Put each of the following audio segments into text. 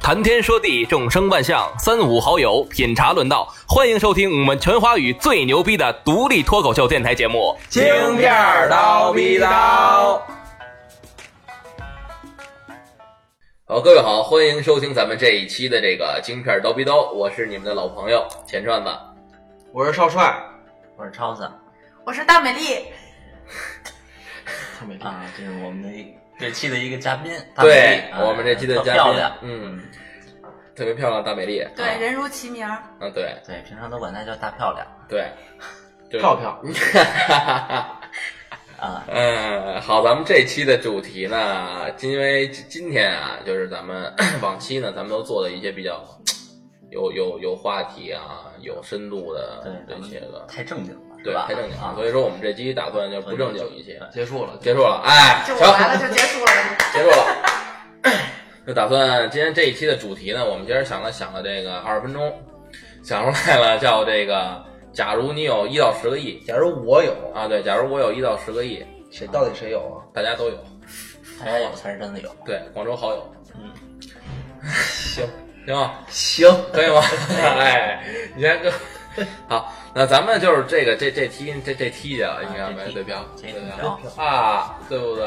谈天说地，众生万象，三五好友品茶论道，欢迎收听我们全华语最牛逼的独立脱口秀电台节目。京片儿叨逼叨。好，各位好，欢迎收听咱们这一期的这个京片儿叨逼叨，我是你们的老朋友钱串子。我是少帅， 我是超子啊我是大美丽，特美丽啊，这是我们的一这期的一个嘉宾，大嗯美对丽啊我们这期的特嘉宾，漂亮，嗯，特别漂亮，大美丽。对，啊人如其名儿，嗯，对对，平常都管她叫大漂亮对，就是票票， 啊，嗯，好，咱们这期的主题呢，因为今今天啊，就是咱们 往期呢，咱们都做了一些比较有有有话题啊，有深度的对，这咱们些个，太正经了，对，是吧？太正经啊了。，所以说我们这期打算就不正经一些，结束了，结束了，哎，就行我，来了就结束了。结束了。 就打算今天这一期的主题呢，我们今儿想了想了这个二十分钟，想出来了叫这个，假如你有一到十个亿假如我有，啊，对，假如我有一到十个亿，谁到底谁有啊？大家都有，大家有才是真的有，对，广州好友，嗯，行行吗？行，可以吗？哎，你先哥，好，那咱们就是这个这这踢这这踢去了，应该这没踢对标，这对踢标啊，对不对？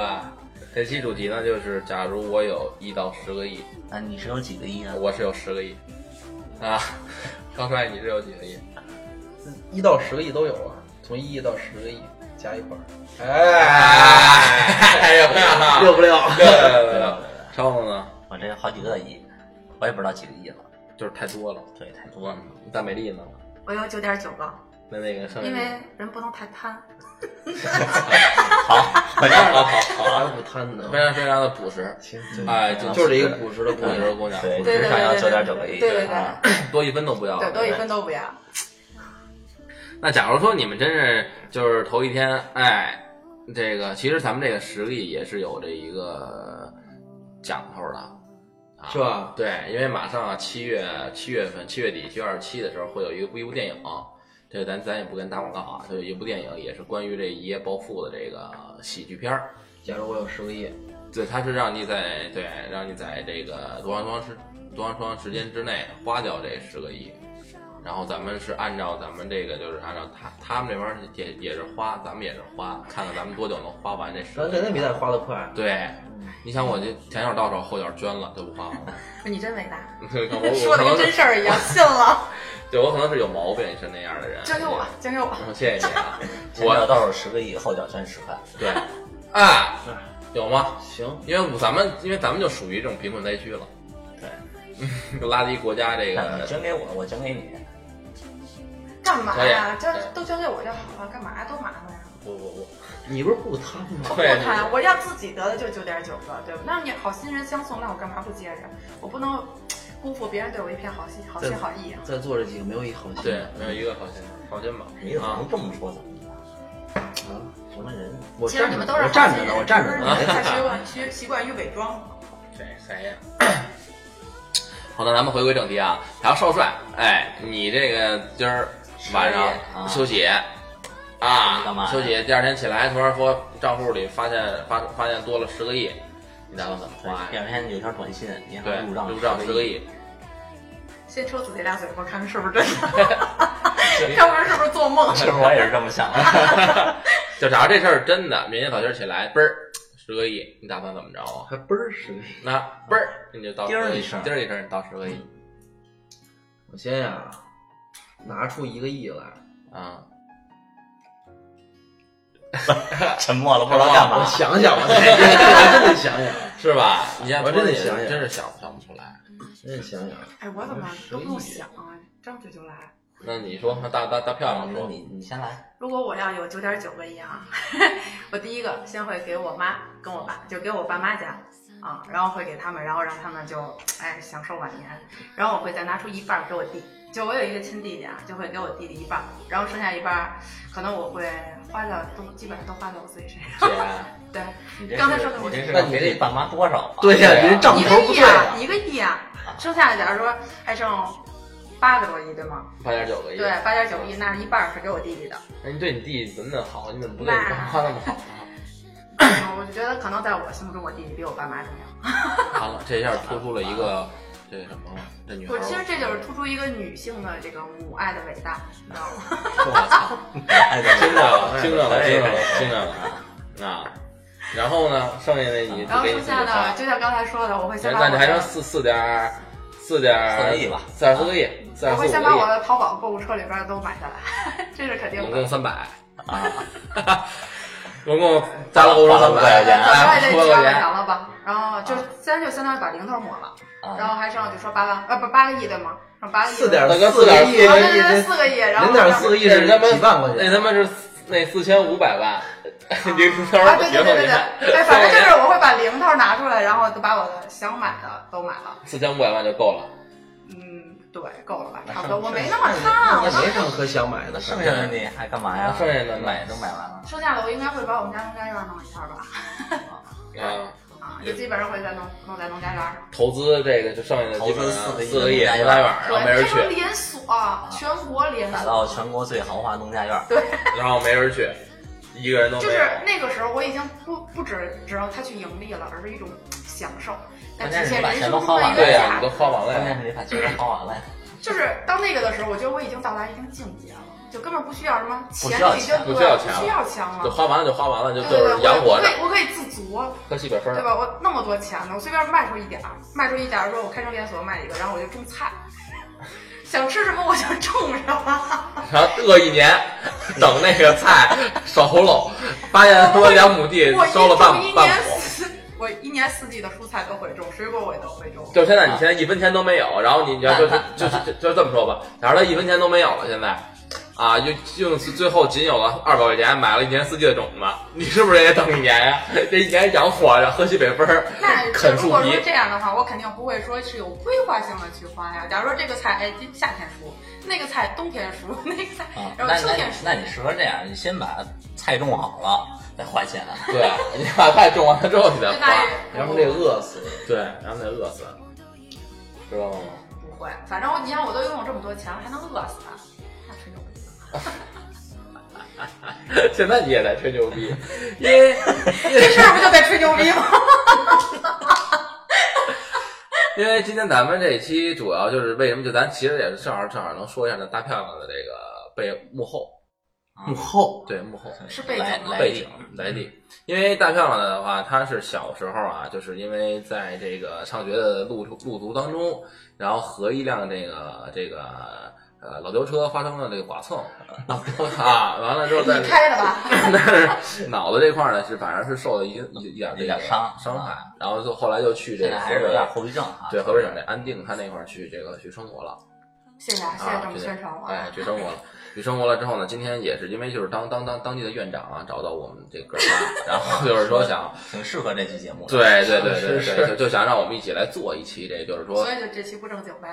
这期主题呢，就是假如我有一到十个亿，那你是有几个亿呢？我是有十个亿啊。 刚才你是有几个亿？一到十个亿都有啊，从一亿到十个亿加一块儿，哎，哎呀， 六不六？六 六六六，超总呢，我这好几个亿，我也不知道几个亿了，就是太多了。对，太多我了，大美丽呢？我有九点九个，那那个上面因为人不能太贪。好，我这好好好，还不贪呢 非？常非常的朴实，行，嗯哎，就是一个朴实的朴姑娘实。的姑娘，对，朴对实至对少对要对九点九个亿，对对啊，多一分都不要，啊对，多一分都不要。那假如说你们真是就是头一天，哎，这个其实咱们这个实力也是有这一个讲头的，啊是吧对，因为马上啊七月七月份七月底七月二十七的时候会有一个一部电影，这咱咱也不跟打广告啊，就有一部电影也是关于这一夜暴富的这个喜剧片儿，假如我有十个亿，对，它是让你在对让你在这个多长多长时多长多长时间之内花掉这十个亿，然后咱们是按照咱们这个就是按照他他们这边儿也也是花，咱们也是花，看看咱们多久能花完这十咱个肯亿。定比他花的快。对，你想我这前脚到手，后脚捐了，就不花完了。你真伟大，对我我 说可的能跟是真事儿一样，信了。对我可能是有毛病，你是那样的人。交给我，交给我。嗯，谢谢你 啊我我到手十个亿，后脚捐十块，对啊，有吗？哎行，因为咱们因为咱们就属于这种贫困灾区了，对，就 拉低国家这那你个捐给我，我捐给你，干嘛可以啊呀？交对都交给我就好了，干嘛呀？多麻烦呀！不不不，你不是不贪吗？ 我不对啊贪你，我要自己得的就九点九个，对吧？那你好心人相送，那我干嘛不接着？我不能辜负别人对我一片好心好心好意啊！在座这几个没有一好心。对，没有一个好心好心吧？你怎么啊能，这么说咱们呢？啊，什么人？我其实站你着们呢，都是我好心站着人呢，我站着你呢。们太习惯习习惯于伪装了。谁谁呀？ 好的，咱们回归正题啊。然后少帅，哎，你这个今儿晚上休息啊，干嘛呀休息，第二天起来，突然说账户里发现发发现多了十个亿，你打算怎么花第呀？二天有条短信，银对，行入入账账十个，亿，先抽自己俩嘴巴，看看是不是真的，要不然是不是做梦？其实我也是这么想的。 就假如这事儿是真的，明天早晨起来，嘣儿十个亿，你打算怎么着啊？还倍儿十个亿。那嘣儿你就到叮儿十个亿一声叮儿一声，你到十个亿我先呀、拿出一个亿来，啊！嗯沉默了，不知道干我嘛。想想吧，我真得想想，啊是吧？你现在我真突得然想也想真是想想不出来。真得想想。哎，我怎么都不用想啊，张嘴就来。那你说，大大大漂亮说说，你你先来，如果我要有九点九个亿啊， 我第一个先会给我妈跟我爸，就给我爸妈家啊，然后会给他们，然后让他们就哎享受晚年，然后我会再拿出一半儿给我弟，就我有一个亲弟弟啊，就会给我弟弟一半儿，然后剩下一半儿可能我会花掉，都基本上都花在我自己身上。姐，啊对，你这刚才是说的我你这是那你给你爸妈多少啊？ 对呀、你这账一头个不亿对啊，啊。一个亿啊，剩下的假如说还剩八个多亿对吗？八点九个亿。对，八点九亿，那一半儿是给我弟弟的。哎，你对你弟怎么那么好？你怎么不对你那夸那么好 啊？嗯我就觉得可能在我心目中，我弟弟比我爸妈重要。完了，这下突出了一个这什么？这女孩我儿，其实这就是突出一个女性的这个母爱的伟大，你知道吗？我 操，哎对听着了，听着了，哎听着了，听着了啊！然后呢，剩下的你然就后给你剩自己下的花。就像刚才说的，我会先把那我你还剩的四四点四点四个亿吧四点四个亿，四点四我会五先把我个的淘宝购物车里边的都买下来， 这是肯亿，定总的共。三百，啊，总共加了我花了三五百百块钱，总哎五百块共也得七万块钱钱，了吧？然后就虽然就相当于把零头抹了，啊然后还剩就说八万，呃不八个亿对吗？剩八个亿，四点大哥四个亿， 4.4啊对对对，四个亿，然后啊零点四个亿是那他妈几万块那钱？他妈是那四千五百万， 零头啊，对对对对对，对，反正就是是我会把零头拿出来，然后就把我的想买的都买了。四千五百万就够了。嗯，对，够了吧，差不多。我没那么看，我那没当什么可想买的。剩下的你还干嘛呀？剩下的呢买都买完了，剩下的我应该会把我们家农家院弄一下吧，啊，啊，也基本上会在弄弄在农家院上。投资这个就剩下的投资四四个亿个亿啊农农家院家院，然后没对，人这是去，连锁，全国连打锁。造全国最豪华农家院。对，然后没人去，一个人都就没有是。那个时候我已经不不只只让他去盈利了，而是一种享受。但关键体是现把人钱生都中花的完了一个对呀、价你都花完了关键呀。是你把钱都花完了，就是到那个的时候，我觉得我已经到达一定境界了，就根本不需要什么钱，不需要已经钱不需要钱不需要钱了就。花完了就花完了，就嗯对就对是对，养我活我着可，以我可以自足，喝西北风对。吧？我那么多钱呢，我随便卖出一点儿，卖出一点儿，说我开成连锁卖一个，然后我就种菜， 想吃什么我就种什么。然后饿一年，等那个菜熟了，发现他妈两亩地我一收了半种一半年亩。四，我一年四季的蔬菜都会种，水果我也都会种。就现在，你现在一分钱都没有，然后你你要就就那就就就这么说吧，假如他一分钱都没有了，现在，啊，就用最后仅有了二百块钱买了一年四季的种子，你是不是也等一年呀、这一年养活着，喝西北风，那就啃如树果说皮，这样的话，我肯定不会说是有规划性的去花呀。假如说这个菜，哎，今夏天熟，那个菜冬天熟， 那个菜啊，然那后那秋天熟那，你适合这样，你先把菜种好了，再花钱。对，你把菜种完了之后你再就花大，然后得饿死了。对，然后再饿死， 知道吗？不会。反正我你看我都拥有这么多钱了，还能饿死啊？那吹牛逼。现在你也在吹牛逼，因 为这事儿不就在吹牛逼吗？因为今天咱们这一期主要就是为什么，就咱其实也是正好正好能说一下这大漂亮的这个背幕后，幕后对幕后是背景来吗？背景来历。因为大漂亮的话，她是小时候啊，就是因为在这个上学的路途路途当中，然后和一辆这个这个呃老牛车发生了这个剐蹭，啊，完了之后在你开的吧？但是脑子这块儿呢，是反正是受了一一一点儿这一个点伤伤害，然后就后来就去这现个在河还是有点北，后遗症啊。对河北省这安定他那块儿去这个去生活了谢谢啊，谢谢啊这，么去宣传我哎啊。去生活了，去生活了之后呢，今天也是因为就是当当当当地的院长啊找到我们这哥仨，然后就是说想挺适合这期节目的。对对对对是对，就就想让我们一起来做一期这，就是说所以就这期不正经呗。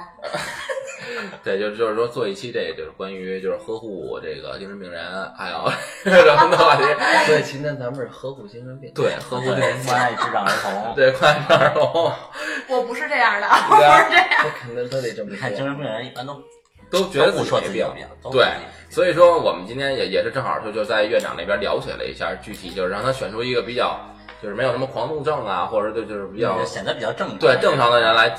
对，就是就是说做一期这就是关于就是呵护这个精神病人，还有 什么的话题，所以今天咱们是呵护精神病。对呵护对，精神 关爱智障儿童。对快点儿哦。我不是这样的，我不是这样。那肯定他得这么你看精说。神病人一般都都觉得都不说自己自己有有病病都，对自己，所以说我们今天也也是正好就就在院长那边了解了一下，具体就是让他选出一个比较就是没有什么狂怒症啊，或者就就是比较就显得比较正常。对正常的人来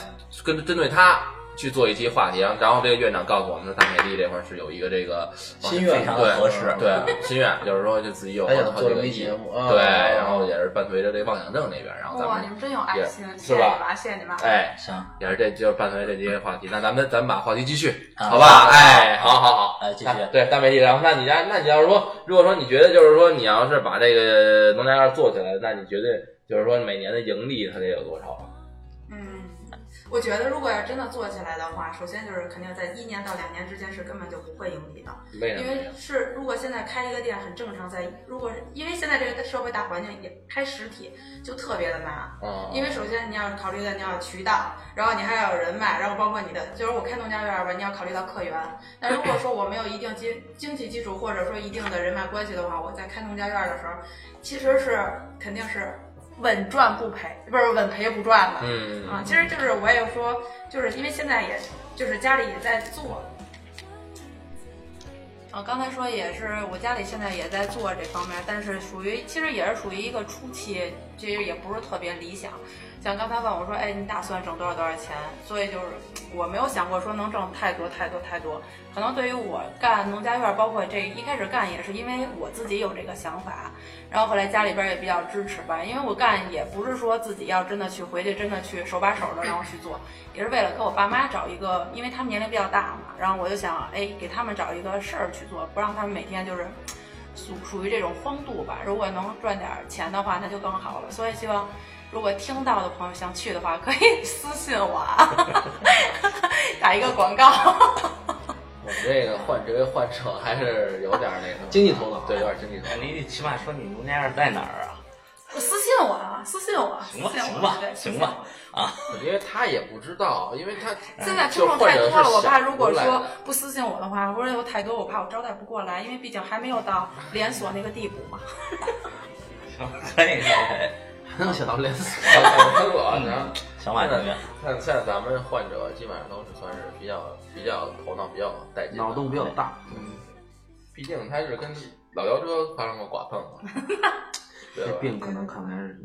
跟针对他去做一期话题，然后这个院长告诉我们的大美丽这块儿是有一个这个心愿非常对合适对心愿，就是说就自己有还好想多好几做这个么一亿节目啊对，然后也是伴随着这妄想症那边，然后咱哇，们你们真有爱心，也谢谢是你吧们啊，谢谢你们啊。哎。行，也是这就是伴随着这些话题，那咱们咱们把话题继续，啊好吧？好哎，好好好，哎继续啊对，大媒体，然后那你家，那你要是说，如果说你觉得就是说你要是把这个农家院做起来，那你绝对就是说每年的盈利它得有多少？啊嗯，我觉得如果要真的做起来的话，首先就是肯定在一年到两年之间是根本就不会盈利的，为什因么为是如果现在开一个店很正常，在如果因为现在这个社会大环境也开实体就特别的难，啊？因为首先你要考虑到你要有渠道，然后你还要有人脉，然后包括你的，就是我开农家院儿吧，你要考虑到客源。那如果说我没有一定经经济基础，或者说一定的人脉关系的话，我在开农家院儿的时候，其实是肯定是稳赚不赔，不是稳赔不赚的。嗯啊，其实就是我也说，就是因为现在也就是家里也在做，啊，刚才说也是，我家里现在也在做这方面，但是属于其实也是属于一个初期，其实也不是特别理想。像刚才问我说，哎，你打算挣多少多少钱？所以就是我没有想过说能挣太多太多太多。可能对于我干农家院，包括这一开始干也是因为我自己有这个想法，然后后来家里边也比较支持吧，因为我干也不是说自己要真的去回去真的去手把手的然后去做，也是为了给我爸妈找一个，因为他们年龄比较大嘛，然后我就想，哎，给他们找一个事儿去做，不让他们每天就是属属于这种荒度吧。如果能赚点钱的话，那就更好了。所以希望。如果听到的朋友想去的话，可以 私信我啊，打一个广告。我们这个换这位患者还是有点那个经济头脑对，有点经济头脑。哎你得起码说你农家院在哪儿啊？私信我啊，私信我，行吧私信我行吧对行吧。啊，因为他也不知道，因为他现在听嗯就众患太者多是了，我怕想如果出来的说不私信我的话，或者有太多，我怕我招待不过来，因为毕竟还没有到连锁那个地步嘛。 行，可以可 以，没有想到连 死，结果呢？小马同学，但现在咱们患者基本上都是算是比较比较头脑比较带劲，脑洞比较大，嗯，毕竟他是跟老吊车发生过剐碰嘛， 对这吧？病可能看来是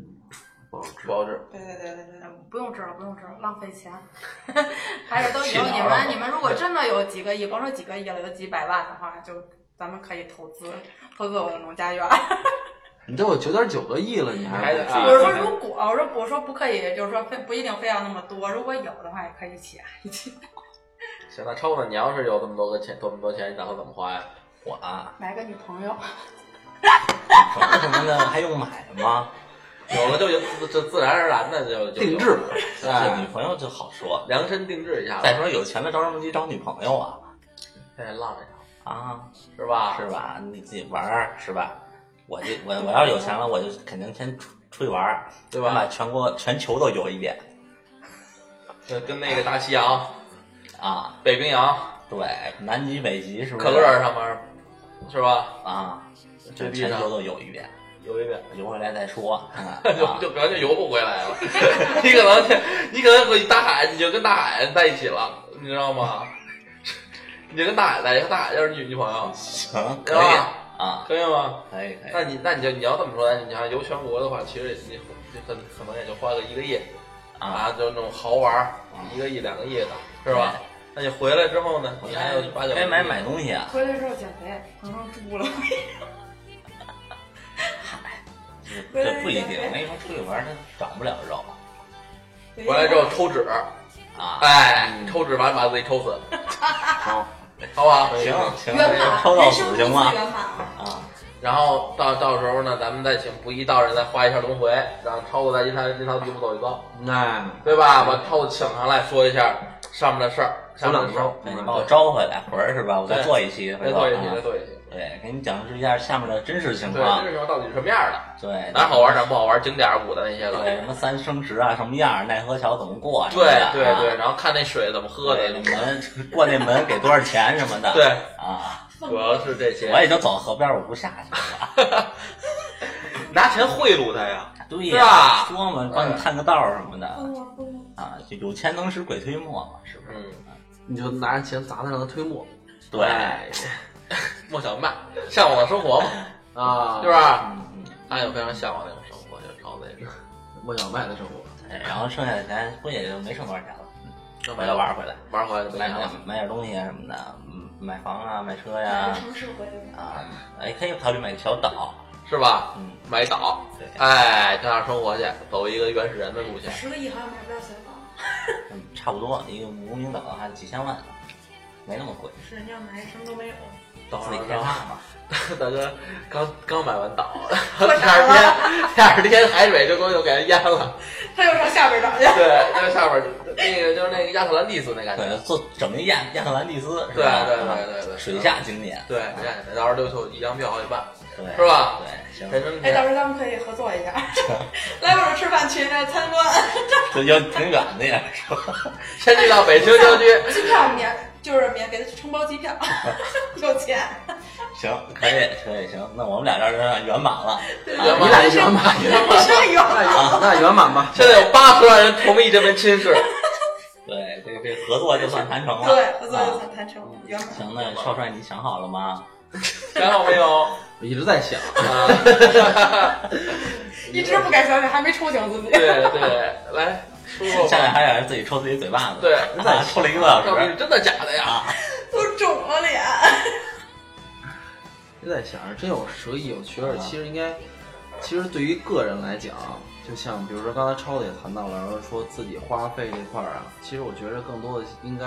不好治不。好治，对对对对对，不用治了，不用治了，浪费钱。 还是都以后去哪你儿啊们你们如果真的有几个亿，甭说几个亿了，有几百万的话，就咱们可以投资投资我的农家院。你都有九点九个亿了，你还还得不啊治 我说如果，我说我说不可以，就是说非不一定非要那么多，如果有的话也可以一起啊，一起行，那超子，你要是有这么多个钱，多么多钱，你打算怎么花呀？我啊，买个女朋友。什么什么的还用买 吗？有了就有自就自然而然的就就有定制，这哎女朋友就好说。量身定制一下吧。啊再说有钱了着什么急找女朋友啊？现在浪一场啊，是吧？是吧？你自己玩儿是吧？我就我我要有钱了，我就肯定先出出去玩儿，对吧先把全国全球都游一遍就跟那个大西洋、啊！北冰洋、对，南极北极是不是？可乐儿上面，是吧？啊，这全地全上球都游一遍，游一遍。游回来再 说。看看就啊就可能就游不回来了。 你可能就你可能会大海，你就跟大海在一起了，你知道吗？ 你就跟大海在一起，大海就是女女朋友， 行，可以啊，可以吗？可以可以。那你那你就你要这么说，你要游全国的话，其实你就很可能也就花个一个亿啊，就那种豪玩儿啊，一个亿两个亿的，是吧？那你回来之后呢？你还有八九个亿该买买东西啊，回来之后减肥，胖成猪了。这这不一定。我跟你说，出去玩儿他长不了肉回来之后抽脂，啊。哎，抽脂完把自己抽 死，好，好不好？行行，圆满，抽到人死生第一行次吗？圆满了。啊，然后到到时候呢，咱们再请不一道人再画一下轮回，让超子在这套这套题目走一遭，那对吧？把超子请上来说一下上面的事儿，上面的事儿，哎那你把哦我招回来，魂儿是吧？我再对做一期，再回头做啊一题，再做一题。对，给你讲述一下下面的真实情对，这况个。时候到底是什么样的？对，哪好玩哪不好玩，景点儿补的那些个。对，什么三生石啊，什么样儿，奈何桥怎么过啊？对对什么对，的啊然后看那水怎么喝的，对， 门过那门给多少钱什么的。对啊，主要是这些我。也就走河边儿，我不下去了。啊拿钱贿赂他呀？对是吧呀，说嘛，帮你探个道儿什么的疯了疯了啊，就有钱能使鬼推磨嘛，是不是？嗯，你就拿着钱砸他，让他推磨对，哎莫小曼，向往的生活嘛，啊，是吧？嗯嗯。他有非常向往那种生活，就是超子也是，莫小麦的生活。哎然后剩下的钱不也就没剩多少钱了，嗯就回来玩儿回来，玩回来就没买钱点了。买点东西啊什么的，嗯，买房啊，买车哪呀个，城市回来的？啊，哎，可以考虑买个小岛，是吧？嗯，买岛对，哎，这样生活去，走一个原始人的路 线。十个亿好像买不了小岛，嗯差不多一个无名岛的话几千万呢，没那么贵，是你要买什么都没有。岛自己开发嘛。大哥刚刚买完岛，第二 天第二天海水就给我又给它淹了。他又上下边找去。对，在下边那个就是那个亚特兰蒂斯那感觉对。，做整一亚亚特兰蒂斯，是对啊吧？啊对对对对，水下景点，对，你看到时候就就一张票好几万，对，是吧？对，陈生行，哎，到时候咱们可以合作一下，来我这儿吃饭，去那儿参观。这就挺远的也是吧。先去到北京郊区，机票免，就是免给他承包机票，有钱。行，可以，可以，行，那我们俩这儿就圆满了。圆啊你满俩圆满，圆 满，啊真有。那圆满吧。现在有八十万人同意这门亲事，对，这这合作就算谈成了。对，合作啊就算谈成，圆满。行，那少帅，你想好了吗？想好没有？我一直在想啊，一直不敢相信，还没抽醒自己。对对，来说说下来吧，还想自己抽自己嘴巴子，哦对 啊抽了一个多小到底是时真的假的呀？啊！都肿了脸。就在想着，真有蛇意有缺儿，其实应该，其实对于个人来讲，就像比如说刚才超子也谈到了，然后说自己花费这块儿啊，其实我觉得更多的应该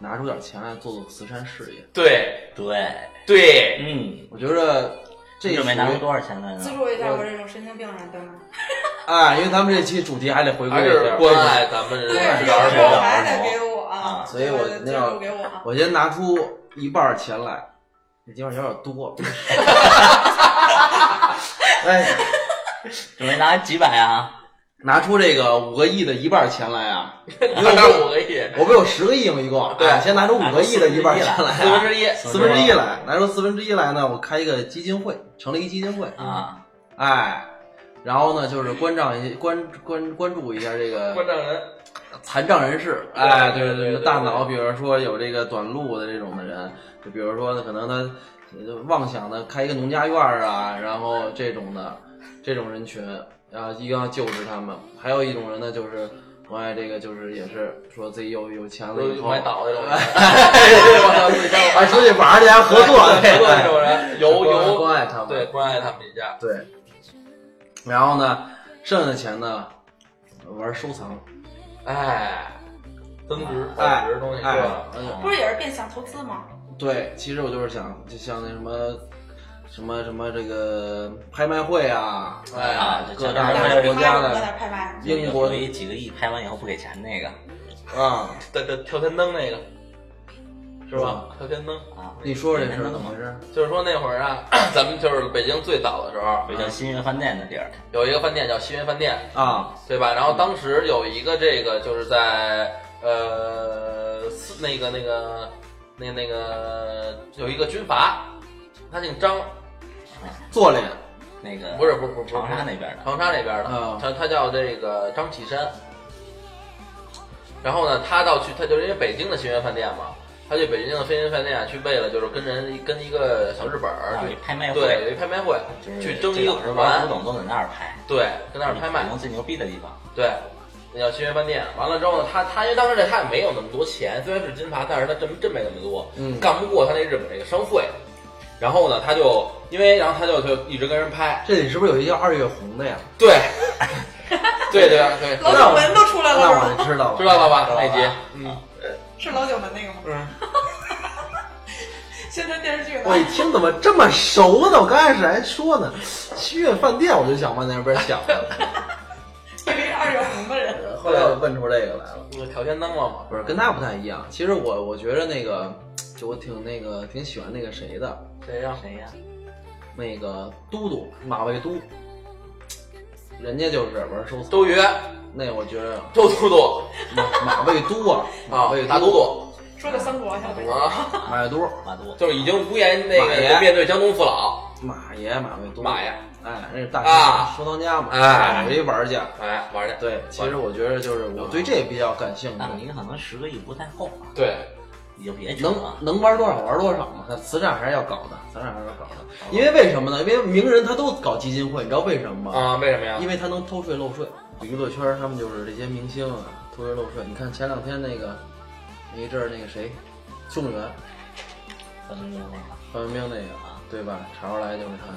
拿出点钱来做做慈善事业。对对，对，嗯，我觉得这你准备拿出属于多少钱来资呢？助一下我这种神经病人，对吗？啊，因为咱们这期主题还得回归还一是下关爱咱们对，是有儿时候童。还得给我啊所以我对那对样对给我。啊我先拿出一半儿钱来，这一半儿钱有点 多。哎，准备拿几百啊？拿出这个五个亿的一半儿钱来啊！拿点五个亿，我不有十个亿吗？一共，对哎先拿出五个亿的一半儿钱四分来，啊之一，四分之一来，拿出四分之一来呢，我开一个基金会，成立一基金会，啊，哎，然后呢就是关照一关关关注一下这个关账人，残障人士，对哎，对对对对大脑，比如说有这个短路的这种的人，就比如说呢可能他呃妄想的开一个农家院儿啊，然后这种的这种人群，然后一定要救治他们。还有一种人呢，就是我爱这个，就是也是说自己有有钱了以就后，买岛那种人，哎，出去玩儿去，还合作，合作那对种人，游关爱游关爱他们，对，关爱他们一家，对。然后呢，剩下的钱呢，玩收藏，哎，增值哎保值东西，哎对吧？，嗯不是也是变相投资吗？对，其实我就是想，就像那什么。什么什么这个拍卖会啊，哎呀啊，各啊大这各这个国家拍卖我搁那的儿拍卖。英国有一几个亿拍完以后不给钱那个啊，这这跳天灯那个是吧？嗯跳天灯，啊，你说说这事儿那个哎怎么回事？就是说那会儿啊， 咱们就是北京最早的时候，有叫新源饭店的地儿，有一个饭店叫新源饭店，啊？对吧？然后当时有一个这个就是在呃四那个那个那那个有一个军阀，他姓张，坐脸那个不是不是不是长沙那边的嗯长沙那边的啊，他他叫这个张启山。然后呢，他到去，他就是因为北京的新源饭店嘛，他去北京的新源饭店去为了就是跟人跟一个小日本儿啊，有一去拍卖对会，有一拍卖会就是去争一个最早是古玩玩古，董都在那儿拍，对，跟那儿拍卖古。董最牛逼的地方，对，那叫新源饭店。完了之后呢，他他因为当时这他也没有那么多钱，虽然是金牌，但是他真真没那么多，嗯干不过他那日本那个商会。然后呢，他就因为然后他就就一直跟人拍，这里是不是有一个叫二月红的呀？对， 对对对，老九门都出来那了，是我吗？知道了，知道了吧知道？那集了，嗯，是老九门那个吗？嗯。宣传电视剧我一的。听怎么这么熟呢？我刚开始还说呢，七月饭店我就想往那边想了，这个二月红的人， 后来我问出这个来了。那个挑天灯了嘛，不是跟他不太一样。其实我我觉得那个，就我挺那个挺喜欢那个谁的，谁呀？谁呀？那个都督马未都，人家就是玩收藏。周瑜、那我觉得周都督马马未都啊，马啊未，大都督说的三国像吗？ 啊，马未都，马都，就是已经无颜那马爷个面对江东父老，马爷马未都，马爷，哎，那是大啊收藏家嘛，哎我一玩家。哎，玩去。对，其实我觉得就是我对这比较感兴但趣，你啊可能十个亿不太够啊，对，也也只能能能玩多少玩多少嘛。那慈善还是要搞的，慈善还是要搞的。因为为什么呢？因为名人他都搞基金会，你知道为什么吗？啊，为什么呀？因为他能偷税漏税。娱乐圈儿他们就是这些明星啊，偷税漏税。你看前两天那个那一阵儿那个谁，宋元咱们就那个，范文兵那个，啊对吧？查出来就是他。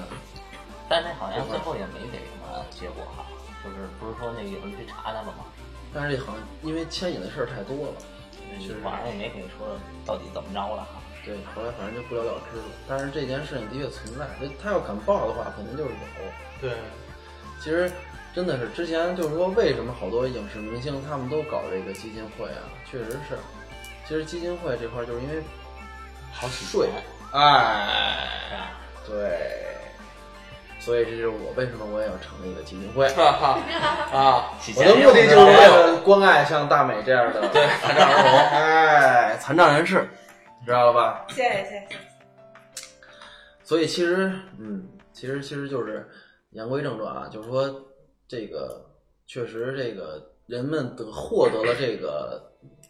但是那好像最后也没给什么结果哈，就是不是说那个有人去查他了吗？但是这好像因为牵引的事儿太多了，是网上也没给说到底怎么着了哈。对，后来反正就不了了之了。但是这件事情的确存在，这他要敢报的话，肯定就是有。对，其实真的是之前就是说，为什么好多影视明星他们都搞这个基金会啊？确实是，其实基金会这块儿就是因为好税，哎，是吧？对，所以这就是我为什么我也要成立一个基金会。哈哈啊，洗我钱的目的也哎就是不知道为了关爱像大美这样的对残障儿童，哎，残障人士，知道了吧？谢谢谢谢。所以其实，嗯，其实其实就是言归正传啊，就是说这个确实这个人们得获得了这个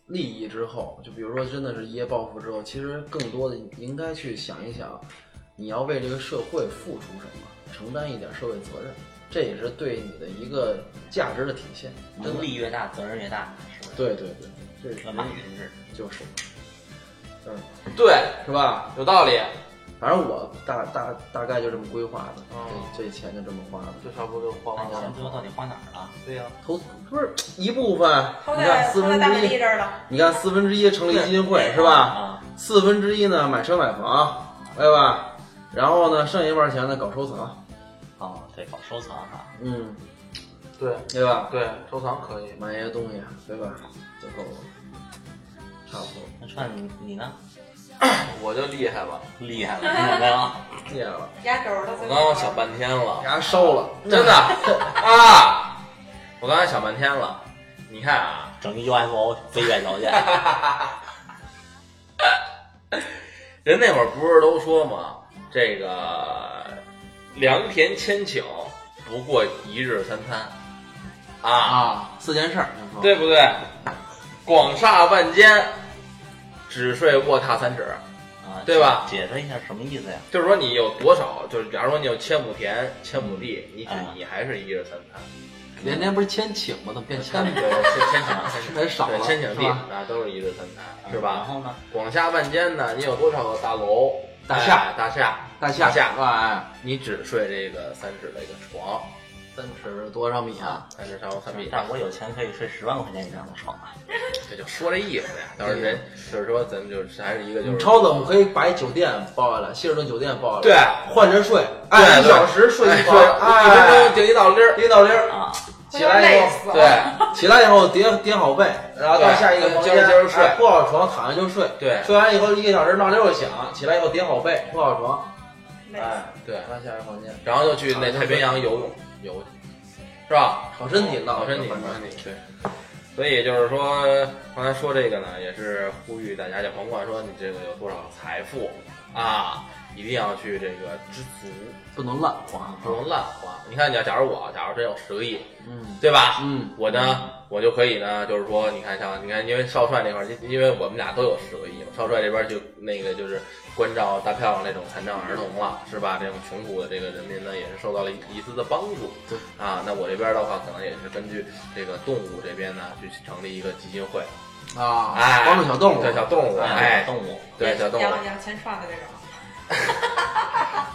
利益之后，就比如说真的是一夜暴富之后，其实更多的应该去想一想，你要为这个社会付出什么，承担一点社会责任，这也是对你的一个价值的体现。真能的，力越大，责任越大，是吧？对对对，这是这马云是就是，就是对，是吧？有道理，反正我大大大概就这么规划的，嗯这这钱就这么花的。这差不多就花那完你钱了。最后到底花哪儿了？对呀、投不是一部分，投你在看四投在分大美之丽一，这儿了，你看四分之一成立基金会是吧？啊，四分之一呢买车买房，对吧？然后呢，剩一半钱呢搞收藏，哦，对，搞收藏哈。嗯，对对吧？对，收藏可以。买一些东西，啊对吧？就够了，差不多那串你你呢？我就厉害吧，厉害了，你有没 有？戒了，压轴了。我刚刚想半天了给，它烧了，真 的啊！我刚才想半天了，你看啊，整一 UFO 飞月球去，人那会儿不是都说吗？这个良田千顷，不过一日三餐啊，啊，四件事儿，你说对不对？广厦万间，只睡卧榻三尺。啊，对吧解释一下什么意思呀？就是说你有多少，就是假如说你有千亩田、千亩地，你只嗯啊你还是一日三餐。连天不是千顷吗？怎么变千对，里？千顷，人 少了对千顷地是吧嗯啊，都是一日三餐，是然吧？后呢？广厦万间呢，你有多少个大楼、大厦哎、大厦、啊大夏下是吧？哎你只睡这个三尺的一个床，三尺多少米啊？三尺长三米大但，我有钱可以睡十万块钱一张的床啊！这就说这意思呀。到时候人就是说，咱们就是还是一个就你是超子，我们可以把一酒店包下来，希尔顿酒店包下来，对，换着睡，哎，对一对小时睡哎一说包，一分钟哎，顶一道铃儿，啊一到铃儿，啊，起来以累死后，了对哎起来以后叠叠好被，然后到对下一个房间，接着接着睡哎铺好床躺下就睡，对睡完以后一个小时闹铃儿又响，起来以后叠好被，铺好床，累死哎，对，到下一个房间，然后就去那太平洋游泳游去，是吧？好身体闹，好身体，反正好身体，对。所以就是说，刚才说这个呢，也是呼吁大家，就甭管说你这个有多少财富啊，一定要去这个知足，不能乱花，不能乱花。你看，你要假如我，假如真有十个亿，啊嗯对吧？嗯，我呢，我就可以呢，就是说，你看像你看，因为少帅那块儿，因因为我们俩都有十个亿嘛，少帅这边就那个就是关照大漂亮那种残障儿童了，是吧？这种穷苦的这个人民呢，也是受到了一一丝的帮助。对啊，那我这边的话，可能也是根据这个动物这边呢，去成立一个基金会，啊，哎，帮助小动物，啊对小动物，哎，哎，动物，对小动物。养养钱串的这种。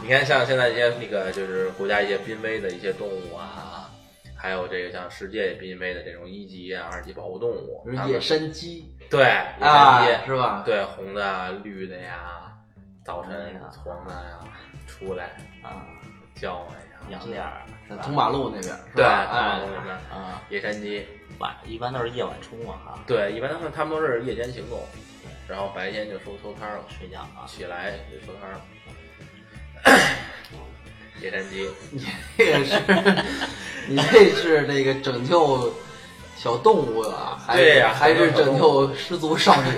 你看，像现在一些那个就是国家一些濒危的一些动物啊，还有这个像世界濒危的这种一级啊、二级保护动物，比如它们野山鸡对啊野山，是吧？对，红的啊、绿的呀，早晨黄的呀，出来啊，叫唤一下。养点儿，是吧通马路那边，是对，吧什哎，么啊，野山鸡，晚一般都是夜晚出没哈，对，一般他们他们都是夜间行动，然后白天就收收摊儿了，睡觉啊，起来就收摊儿了。 野山鸡， 这个是，你这是这个拯救小动物啊，还对是呀还是拯救失足少女？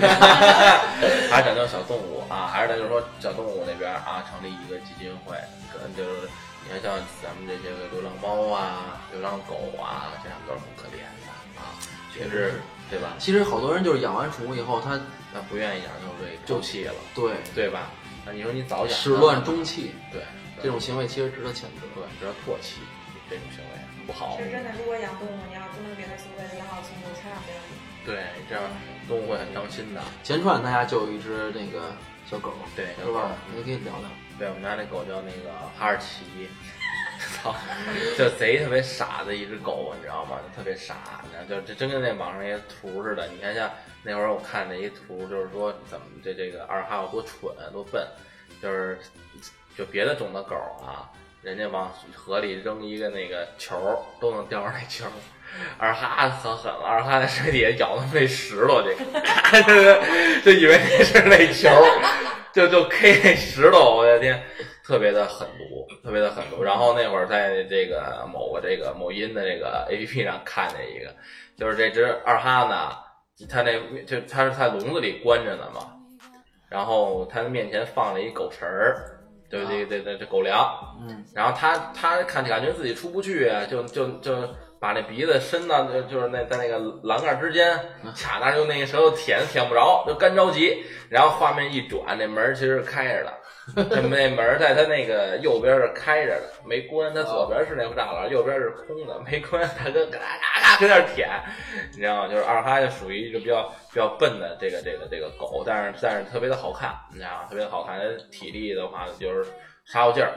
还讲究小动物啊，还是咱就说小动物那边儿啊，成立一个基金会，跟就是你看像咱们这些个流浪猫啊、流浪狗啊，这样都是很可怜的啊，确实对吧？ 其实好多人就是养完宠物以后，他那不愿意养就被丢弃了，对对吧？那你说你早养，始乱，终弃对这种行为其实值得谴责。对，这叫唾弃，这种行为不好是，真的，如果养动物，你要真的给它塑造一个好亲人，千万不要对，这样动物会很伤心的。前串他家就有一只那个小狗，对是吧？你可以聊聊。对我们家那狗叫那个哈士奇，操，就贼特别傻的一只狗，你知道吗？就特别傻，然后就这真跟那网上一些图似的。你看像那会儿我看那一图，就是说怎么这这个二哈有多蠢多笨，就是就别的种的狗啊，人家往河里扔一个那个球儿都能叼上那球儿。二哈可狠了，二哈在水底下咬他们那石头去， 就以为那是那球儿， 就就 K 那石头，我的天，特别的狠毒，特别的狠毒。然后那会儿在这个某个这个某音的这个 APP 上看见一个，就是这只二哈呢，它那就它是在笼子里关着呢嘛，然后它面前放了一狗食儿，就是这这这这狗粮，嗯，然后他他看感觉自己出不去，就就就把那鼻子伸到就就是那在那个栏杆之间卡那儿，用那个舌头舔舔不着，就干着急。然后画面一转，那门其实是开着的， 那那门儿在他那个右边是开着的，没关。他左边是那个栅栏，右边是空的，没关。大哥嘎嘎嘎跟那儿舔，你知道吗？就是二哈就属于一个比较比较笨的这个这个这个狗，但是但是特别的好看，你知道吗？特别的好看。它体力的话就是杀过劲儿，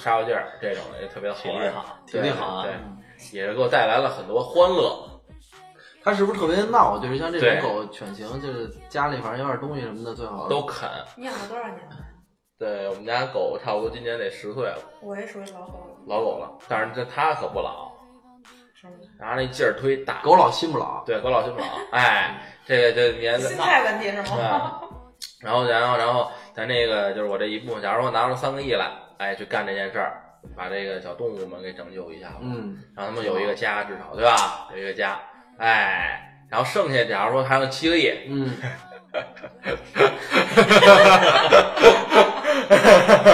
杀过劲儿这种的就特别好体力玩，好，啊体力好对，对也是给我带来了很多欢乐。它是不是特别闹？就是像这对种狗犬型，就是家里反正有点东西什么的最好都啃。你养了多少年了？对我们家狗差不多今年得十岁了，我也属于老狗了，老狗了，但是这它可不老，是吗？拿那劲儿推打。狗老心不老。对，狗老心不老，哎，这个这年心龄大，态问题是吗？嗯然后然后然后咱这个就是我这一部分，假如我拿出三个亿来，哎，去干这件事儿，把这个小动物们给拯救一下吧，嗯，让他们有一个家，至少对吧？有一个家，哎，然后剩下假如说还有七个亿， 嗯，这个哎治之自这这人傻了，我跟你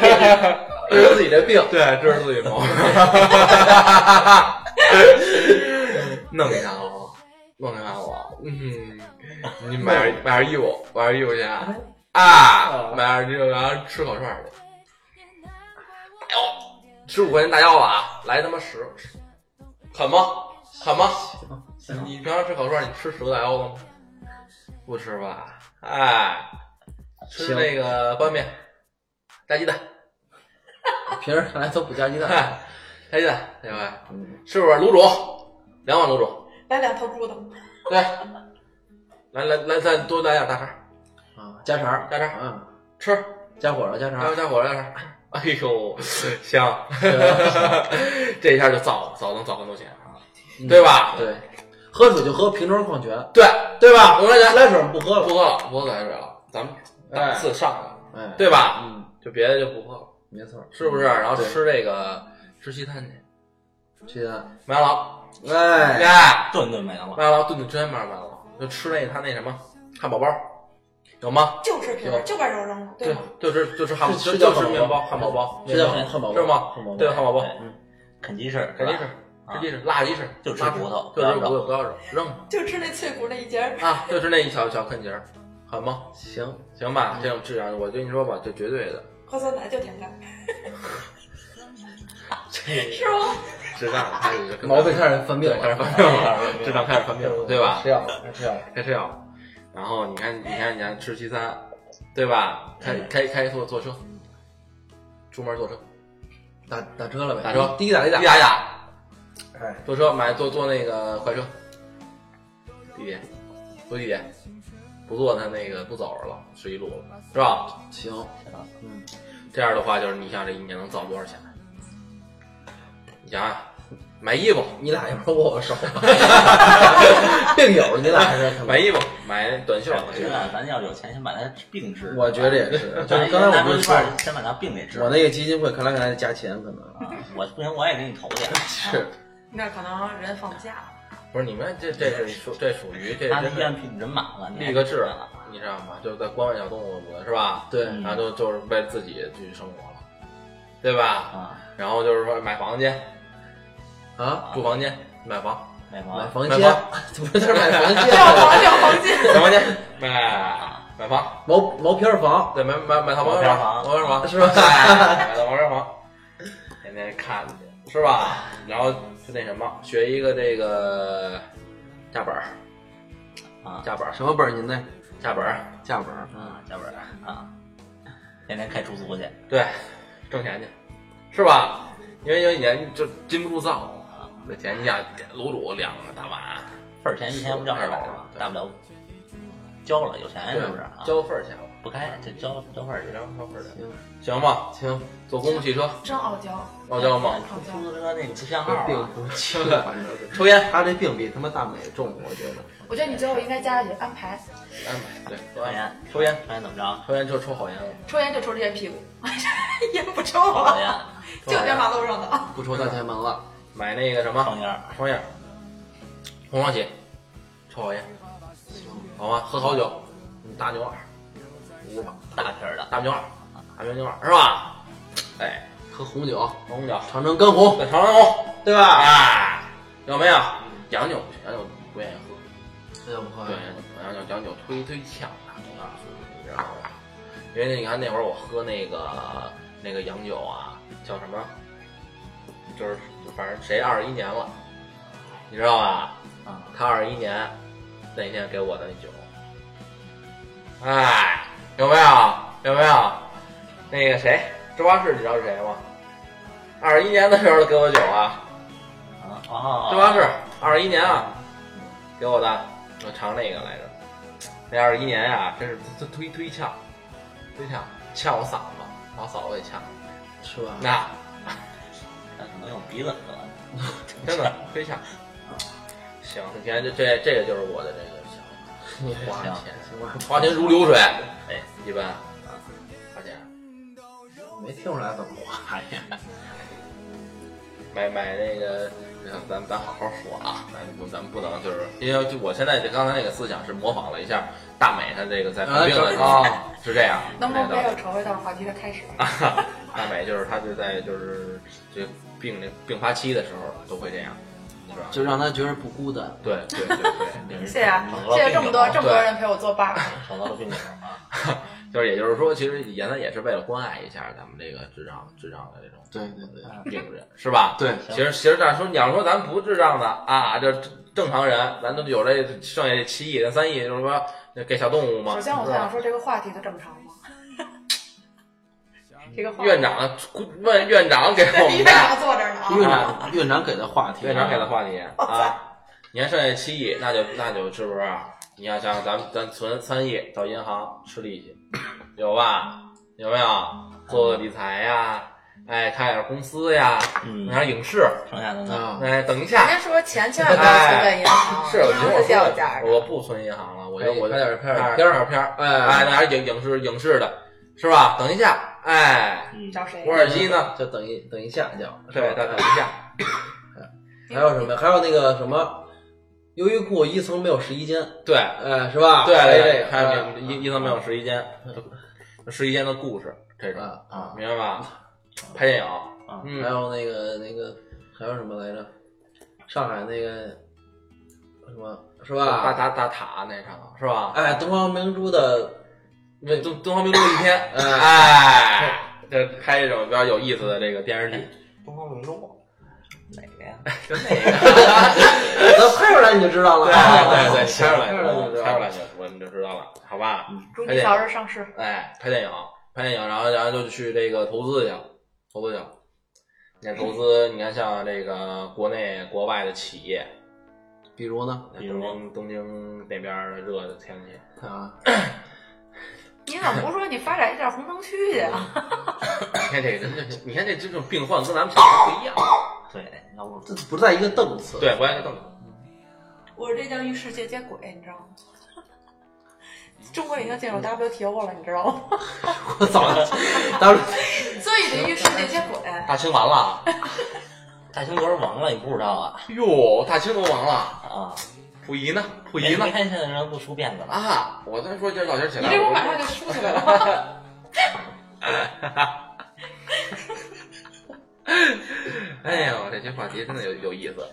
说 治自己的病，对，治自己毛病， 弄一下我，弄一下我，嗯，你买点买点衣服，买点衣服去啊，啊买点衣服，然后吃烤串去，哎呦，十五块钱大腰子啊，来他妈十，啃吗？啃吗？你平常吃烤串，你吃十个大腰子吗？不吃吧？哎，吃行那个拌面，加鸡蛋。平时看来都不加鸡蛋。哎，开心，对吧？嗯，是不是卤煮？两碗卤煮，来两头猪的，对，来来来，再多来点大肠，啊，加肠儿，加肠儿嗯，吃，加火烧，加肠还有儿。加火了点肠。哎呦，香！这一下就造了，造能造很多钱啊，嗯对吧？对，喝水就喝瓶装矿泉，对对吧？我说自咱来水不喝不了。喝了，不喝自来水了，咱们档次上了，哎，对吧？嗯，就别的就不喝了，没错，是不是？然后对吃这个吃西餐去，鸡蛋。麦当劳，哎，哎。顿顿没嗯了。麦当劳炖的真麦当劳，就吃那他那什么汉堡包，有吗？就吃皮儿，就把肉扔了，吗？，就吃就吃汉堡，是就吃叫就吃汉堡面包、包汉堡包、这面叫包汉汉堡包，是吗汉堡包哎啊对汉堡包对嗯肯鸡翅，肯定是吧吃鸡翅、辣鸡翅，就吃拉屎骨头就不要吃骨肉头，不要肉，扔了就吃那脆骨那一截儿。啊，就吃那一小小啃节儿，狠吗？行，行吧，这种质量，我跟你说吧，这绝对的，喝酸奶就甜干， 是吗？质量开始 毛病开始犯病对了，开始犯病开始犯了，病质量开始犯病了，对吧吃？药了，吃药了。开吃药了，然后你看你看你看吃西餐，对吧？开嗯开开坐坐车，出门坐车，打打车了呗，打车滴滴打滴滴答打。哎，坐车买坐坐那个快车，地铁，坐地铁，不坐他那个不走了，是一路了，是吧？行，嗯，这样的话，就是你想这一年能攒多少钱？你想想，买衣服，你俩一会儿握握手， 病友，你俩还是买衣服，买短袖，我觉得咱要有钱，先把它病治。我觉得也是，就咱是刚才我咱不们是一说块，儿先把咱病给治我了。那个基金会看来看来加钱可能啊我不行，我也给你投 点。是那可能人放假了，不是你们这这是属这属于这他真医的院聘人满了，你还立个志了，你知道吗？就是在关爱小动物了，是吧？对，嗯然后就就是为自己去生活了，对吧？啊，然后就是说买房间，啊，住房间，买房。买买房房买间 房，怎么在这买房 掉房 间？啊掉买房房间。去，买买房，毛毛坯房，对，买买买套毛毛坯房是吧哎买套毛坯房，天天看去，是吧？然后就那什么，学一个这个架板儿，啊架板儿，什么本儿？您那架板儿，价本儿？啊，小本儿啊，天天开出租去，对，挣钱去，是吧？因为有一年就禁不住造，那前一下卤煮两个大碗，份儿钱一天不就二百吗？对大不了交了，有钱是不是啊？交份儿钱了，不开就交交份儿去。然后交份儿钱，行行吧？行，坐公共汽车，真傲娇，傲娇吗？出租车那个不像号这病啊， 不轻，反正是抽烟，他这病比他妈大美重，我觉得。我觉得你最后应该加上去安排，哎买对，抽抽烟，抽烟，抽烟怎么着？抽烟就抽好烟了。抽烟就抽这些屁股， 烟不抽抽好啊，烟，就在马路上的啊。不抽大前门了，买那个什抽么烟，双眼，红双喜，抽好烟，好吗？喝好酒，大牛二，五吧，大瓶儿的。大牛二，大牛牛二是吧？哎，喝红酒，红酒，长城干红，再尝尝红，对吧？哎，有没有？洋酒不行，洋酒不愿意喝，哎这就不喝对，洋酒洋酒推推呛的，啊因为那你看那会儿我喝那个那个洋酒啊，叫什么？就是反正谁二十一年了，你知道吧？啊，他二十一年那天给我的酒，哎，有没有？有没有？那个谁，周八士，你知道是谁吗？二十一年的时候给我酒啊，啊啊周八士，二十一年啊，给我的，我尝那个来着。那二十一年呀、真是推推推呛，推呛呛我嗓子，把我嗓子给呛。是吧？那那可能用鼻子喝了。真的推呛。行，你看这这这个就是我的这个想法，你还花钱行吧？花钱如流水，哎，一般啊，花钱没听出来怎么花啊呀？买买那个，呃咱咱好好说啊，咱不咱不能就是，因为就我现在就刚才那个思想是模仿了一下大美她这个在看病的时候、啊是这样，能不能是这 道不理要扯回到话题的开始？啊大美就是她就在就是这病这病发期的时候都会这样，是吧？就让他觉得不孤单。对对对 对，那是谢谢啊，谢谢这么多这么多人陪我作伴儿。找到了病友啊，就是也就是说，其实原来也是为了关爱一下咱们这个智障智障的这种对对对病人，是吧？对，其实其实这样说，你要说咱不智障的啊，就正常人，咱都有这剩下这七亿跟三亿，就是说给小动物嘛。首先，我是啊就想吧说这个话题它正常吗？ 这个话院长问院长给我们 院的长坐这儿呢啊。院长院长给的话题，院长给的话题啊，你看剩下七亿，那就那就是不是啊？你要想咱咱存三亿到银行吃利息， 有吧？有没有做做理财呀？哎，开点公司呀， 嗯弄点影视。剩下的呢？啊，哎，等一人下，家说钱千万不要存在银行，哎是，银我行觉得是掉价我的。不存银行了，我哎就我就拍点拍点哎片儿拍点片儿，哎哎，那还是影影视影视的，是吧？等一下，哎，嗯，找谁我？耳机呢？就等一等一下叫。对，再等一下，还有什么？还有那个什么，优衣库一层没有十一间，对哎，是吧？对哎对，这还个有一一层没有试衣间，试衣间的故事这种，啊啊，哎明白吧？拍电影，还嗯，有那个那个还有什么来着？上海那个什么是大吧？大大塔那场是吧？哎，东方明珠的那东东方明珠一天，哎，这拍这种比较有意思的这个电视剧，东方明珠哪个呀？就那个。那拍出来你就知道了。啊啊 对对对，行猜出来拍出就来就知猜道出了。来就我们就知道了，好吧？祝你早日上市。哎，拍电影，拍电影，然后然后就去这个投资去，了，投资去。了。你看投资，你看像这个国内国外的企业，比如呢？东京东京那边儿热的天气，啊，你怎么不说你发展一下红灯区去啊？你看这个，你看这这种病患跟咱们想的不一样，对，要不这不在一个档次。对，不爱动。 我这叫与世界接轨，你知道吗？ 中国已经进入 WTO 了，你知道吗？ 我 早就，当时所以这与世界接轨，大清完了，大清多少亡了，你不知道啊？哟，大清都亡了，啊， 溥仪呢？溥没仪呢没？看现在人不梳辫子了，啊，我再说今儿早点起你来，这不马上就出去了吗？ 哎呦，这些话题真的有有意思，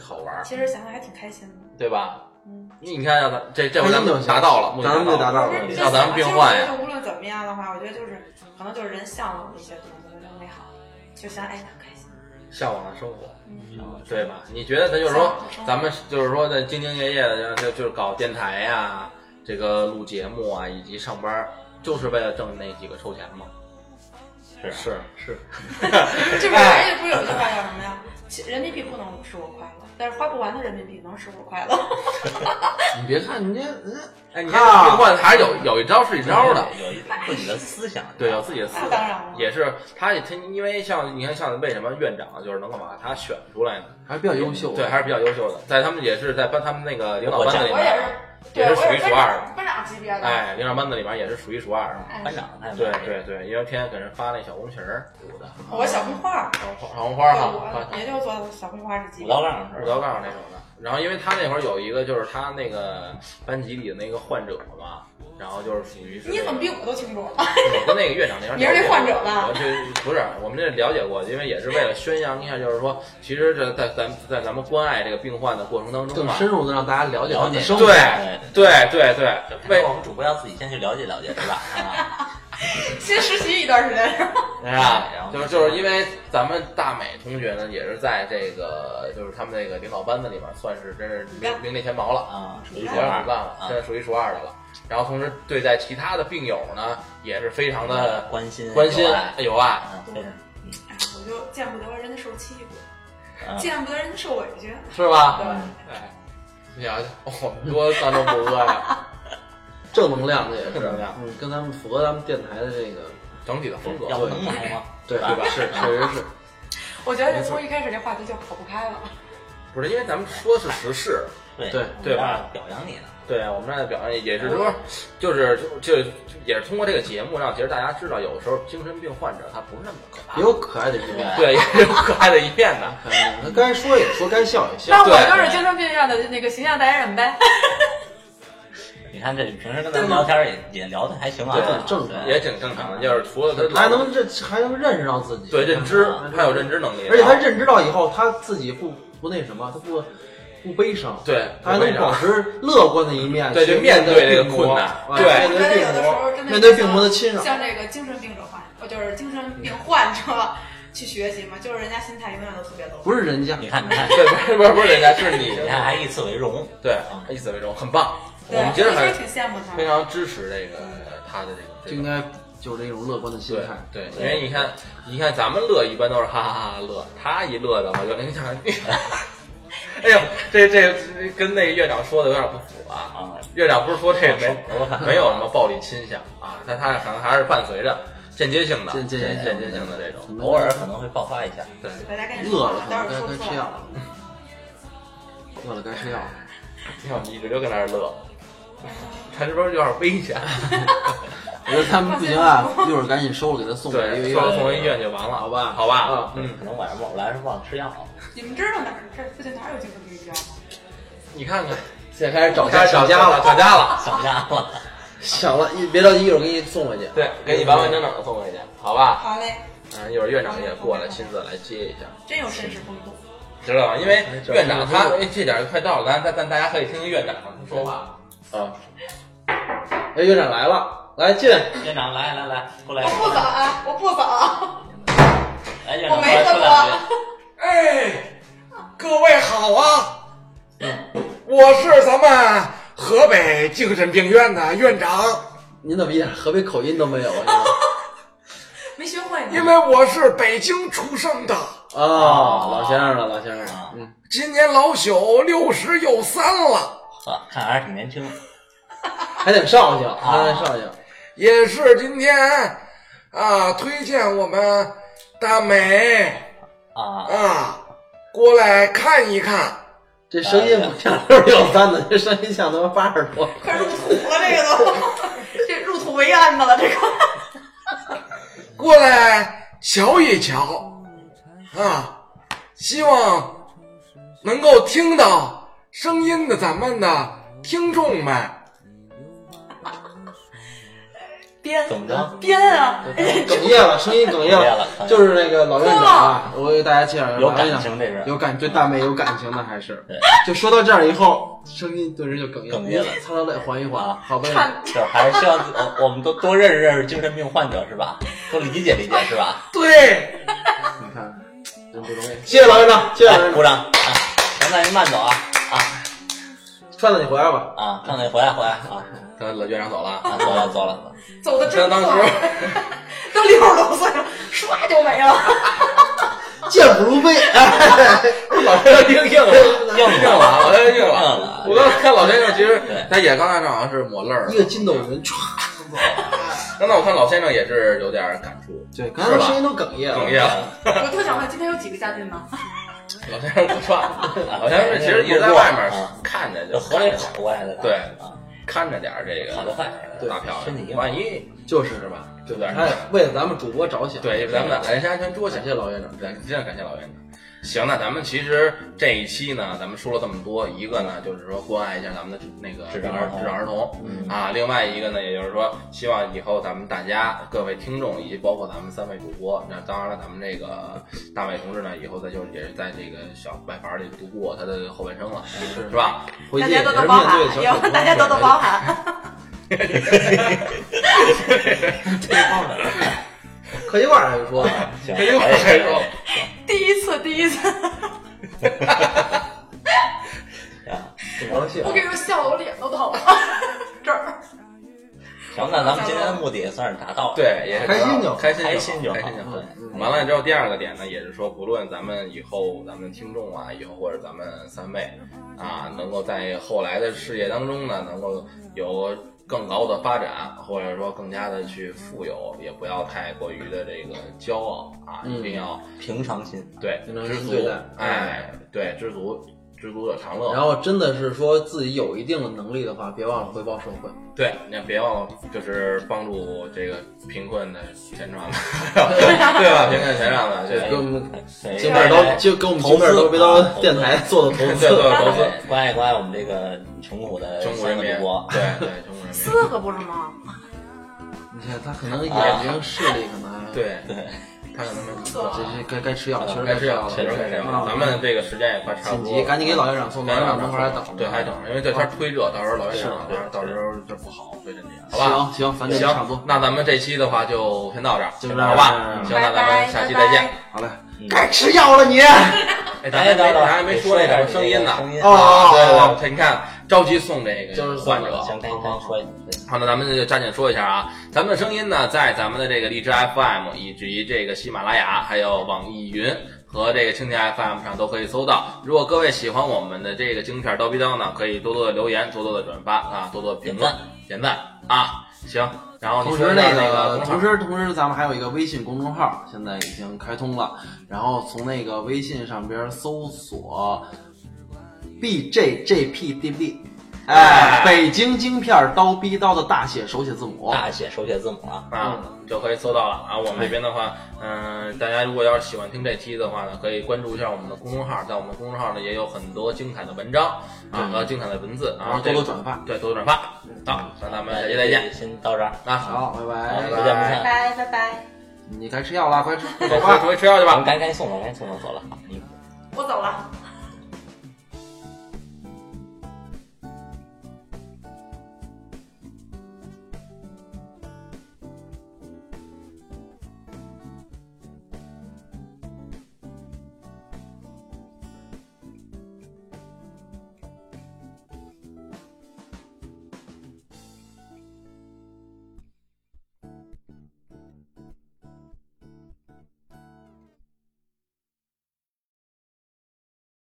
好玩儿，其实想想还挺开心的，对吧？嗯。你看，要咱这这回咱们达到了，目的咱们就达 到了。到不了是。让咱们病患呀其实我觉得无论怎么样的话，我觉得就是可能就是人向往的一些东西，就是美好，就想哎，很开心。向往的生活，嗯对吧？你觉得咱就是说向往的生活，咱们就是说的兢兢业业的，就就是搞电台呀、这个录节目啊，以及上班儿，就是为了挣那几个臭钱吗？啊是是啊是， 这不是人家不是有句话叫什么呀？其人民币不能使我快乐，但是花不完的人民币能使我快乐。你别看你这，嗯人哎，你看嗯这病患还是有有一招是一招的，有一自己的思想，对，有自己的思那当想。然了，也是，他也他因为像你看像为什么院长就是能够把他选出来呢？还是比较优秀。对，还是比较优秀的，在他们也是在班他们那个领导班子里 我也面，是，也对，是我数一也数二的班长班长级别的。哎，领导班子里面也是数一数二的。哎班长太对对对，因为天天给人发那小红旗儿，有的哎我小红花儿，小红花小红花对哈，我也就做小红花儿这级五别道。杠是五吧？道杠那种的。然后因为他那会儿有一个就是他那个班级里的那个患者嘛，然后就是属于是你那怎个么比我都清楚？我跟那个院长那边儿你是那了解患者过吧我就不是我们这了解过，因为也是为了宣扬一下，就是说其实这在咱在咱们关爱这个病患的过程当中更嘛，深入的让大家了解他了们解的生活。哎对对对对，肯定为我们主播要自己先去了解了解，是吧？啊，先实习一段时间，然后哎呀然，后就就是就是是因为咱们大美同学呢，也是在这个就是他们那个领导班子里面，算是真是名名列前茅了。 啊，数一数数二二了，啊现在数一数二的了。然后同时对待其他的病友呢，也是非常的关心关心哎有爱有爱。啊，非常哎，我就见不得人家受欺负，啊，见不得人家受委屈，嗯是吧？对吧？哎，你想，我们多三周不饿 呀，正能量的也是，正能量嗯，跟咱们符合咱们电台的这个，整体的风格。啊要不能来吗？对吧？吧？是，确实是。我觉得从一开始这话题就跑不开了。不是因为咱们说的是时事，对对对吧？表扬你呢，对啊，我们这表现也是说，就是就就也是通过这个节目让其实大家知道，有的时候精神病患者他不是那么可怕也，有可爱的一面， 对，也有可爱的一面的。可爱的一面该说也说，该笑也笑。那我就是精神病院的那个形象代言人呗。你看这平时跟咱们聊天也也聊的还行啊，对很正常也挺正常的，就是除了他还能认，还能认识到自己，嗯对认知，他有认知能力，而且他认知到以后，他自己不不那什么，他不不悲伤，对他还能保持乐观的一面，对去就面面对这个病困魔难啊对面我觉得有的病时魔候，真的面对病魔的侵扰，像这个精神病者患，我就是精神病患者去学习嘛，就是人家心态永远都特别 low。不是人家你，看你 看，对，不是不是不是人家，是你 你看还以此为荣，对，以此为荣，很棒。我对，们其实我很挺羡慕他非的。常支持这个他的这个就应该就是这种乐观的心对态。对，因为你看，你看咱们乐一般都是哈哈哈乐，他一乐的话就你想， 哎呦，这这跟那个院长说的有点不符啊。啊，院长不是说这个没我看没有什么暴力倾向啊，但他可能还是伴随着间接性的、间间接接性的嗯性的这种。偶尔可能会爆发一下，啊对，大家赶紧饿说了，可待能会儿该说该错吃药了了。，饿了该吃药了。要你一直就跟那儿乐，他是不是有点危 险？我觉得他们不行 啊，一会儿赶紧收了，给他送回医对，院。送送医院就完了，好吧好吧，嗯嗯。可能晚上忘来是忘了吃药了，你们知道哪儿这附近哪儿有精神病院吗？你看看，现在开始找开家始找想家了，，找家了。想家了， 想了，一别着急，一会儿给你送回去。对，给你完完整整的送回去，好吧？好嘞，嗯，一会儿院长也过来亲自来接一下，真有绅士风度。知道吗？因为院长他哎这点儿快到了，咱咱咱大家可以听听院长说话。啊。哎，院长来了，来进。院长来来来，过来我，不早啊，我不早，来院我长过没来喝说两句，多。哎，各位好啊，我是咱们啊河北精神病院的院长。您怎么一点河北口音都没有啊？ 没学会呢。因为我是北京出生的，啊，老先生了，老先生啊了，嗯，今年老朽六十有三了，呵，啊看还是挺年轻，还挺绍兴，还啊挺绍兴。也是今天啊，推荐我们大美啊，啊过来看一看。这声音不像六十六三的，这声音像他妈八十多。快入土了，这个都，这入土为安的了，这个。过来瞧一瞧，啊，希望能够听到声音的咱们的听众们，编怎么着编啊！哽咽了，声音哽咽哽咽了哽咽了就是那个老院长啊，我给大家介绍一下，有老院感情长这边有感对大美有感情的还是对，就说到这儿以后，声音顿时就哽咽，哽咽了擦擦泪，缓一缓，啊好呗，看就是还是希望我我们都多认识认识精神病患者是吧？多理解理解是吧？对。你看，真不容易，谢谢老院长，谢谢老来院鼓长，掌啊！行，那您慢走啊啊串子你回来吧，啊！看看你回来回来啊！咱老院长走了 啊，啊，走了走 了，走的真当快时，都六十多岁了，唰就没了。健步如飞，哎老先生硬硬了，硬硬了，老先生硬硬了了。我刚才看老先生，其实对他也刚才好像是抹泪儿了哎一。个筋斗云，唰，刚才我看老先生也是有点感触，对，刚才声音都哽咽了，哽咽了。 我特想问，今天有几个嘉宾呢？老先生不算，嗯 老先生其实一直在外面看着，就就河里跑过来的，对啊，看着点儿这个跑得快，大漂身体硬亮，万一就是是吧，吧？对不对？哎，为了咱们主播着想，哎对，咱们的人身安全着想感，谢老院长，咱真的感谢老院长。行，那咱们其实这一期呢，咱们说了这么多，一个呢就是说关爱一下咱们的那个智智障障儿儿童智障儿童，嗯啊，另外一个呢，也就是说希望以后咱们大家各位听众以及包括咱们三位主播，那当然了，咱们这个大伟同志呢，以后再就是也是在这个小外房里度过他的后半生了，是吧？ 回大去也家是多面多包涵对，小要丑不大家多多包涵。这方面，科技馆还说 啊，行哎这句话可以还说可以 第一次，第一次，挺高兴啊我。跟你说，笑的我脸都疼了。 这儿，行，那咱们今天的目的也算是达到了。对，也是开心就好开心开心心就好嗯开心就好嗯对。完了之后，第二个点呢，也是说，不论咱们以后咱们听众啊，以后或者咱们三位啊，能够在后来的事业当中呢，能够有更高的发展，或者说更加的去富有，也不要太过于的这个骄傲啊，嗯一定要平常心，对平常知心足对待，哎，对知足，知足者常乐。然后真的是说自己有一定的能力的话，别忘了回报社会。对，你也别忘了，就是帮助这个贫困的钱庄的， 对吧？贫困钱庄的，啊对 哎给我们哎对经费哎都就给我们经费都别当电台做的投对 资对，。对投资对，哎关爱关爱我们这个穷苦的中国三人个民主播，，对对，中国人民，四个不是吗？你看他可能眼睛视力可能还，对，对，他可能没四个这这该该吃药，确实该吃药了，了，嗯确实该吃药啊了。咱们这个时间也快差不紧多了，急赶紧给老院长送，老该院让长等会儿还等着呢。嗯对，还等着，因为这天忒热，到时候老院长是对到时候这不好对身体，好吧？行行，反正也差不行多，，那咱们这期的话就先到这儿，就这样好吧？嗯行，那咱们下期再见。好嘞，嗯该吃药了你。哎，咱还没等等咱还没说那个声音呢。声音哦啊，对对对，你看，着急送这个就是患者，啊行，赶紧赶紧说一下。对好的，咱们就抓紧说一下啊，咱们的声音呢，在咱们的这个荔枝 FM 以及这个喜马拉雅，还有网易云。和这个蜻蜓 FM 上都可以搜到。如果各位喜欢我们的这个京片儿叨逼叨呢，可以多多的留言，多多的转发啊，多多评论、点赞啊。行，然后你同说时，一下那个个，公号同时，同时，咱们还有一个微信公众号，现在已经开通了。然后从那个微信上边搜索 B J J P D B，哎哎，北京京片儿刀逼刀的大写手写字母。大写手写字母啊，啊，就可以搜到了啊。我们这边的话，嗯、大家如果要是喜欢听这期的话呢，可以关注一下我们的公众号，在我们的公众号呢也有很多精彩的文章啊和精彩的文字然啊后，多多这个转发对，多多转发。好，那咱们下期再见，先到这儿，啊！好，拜好拜不。见不拜散。拜拜拜，你该吃药了，快吃，快走 走吧，吧。出去吃药去我吧们。赶紧赶紧送了，赶紧送了，走了。嗯。我走了。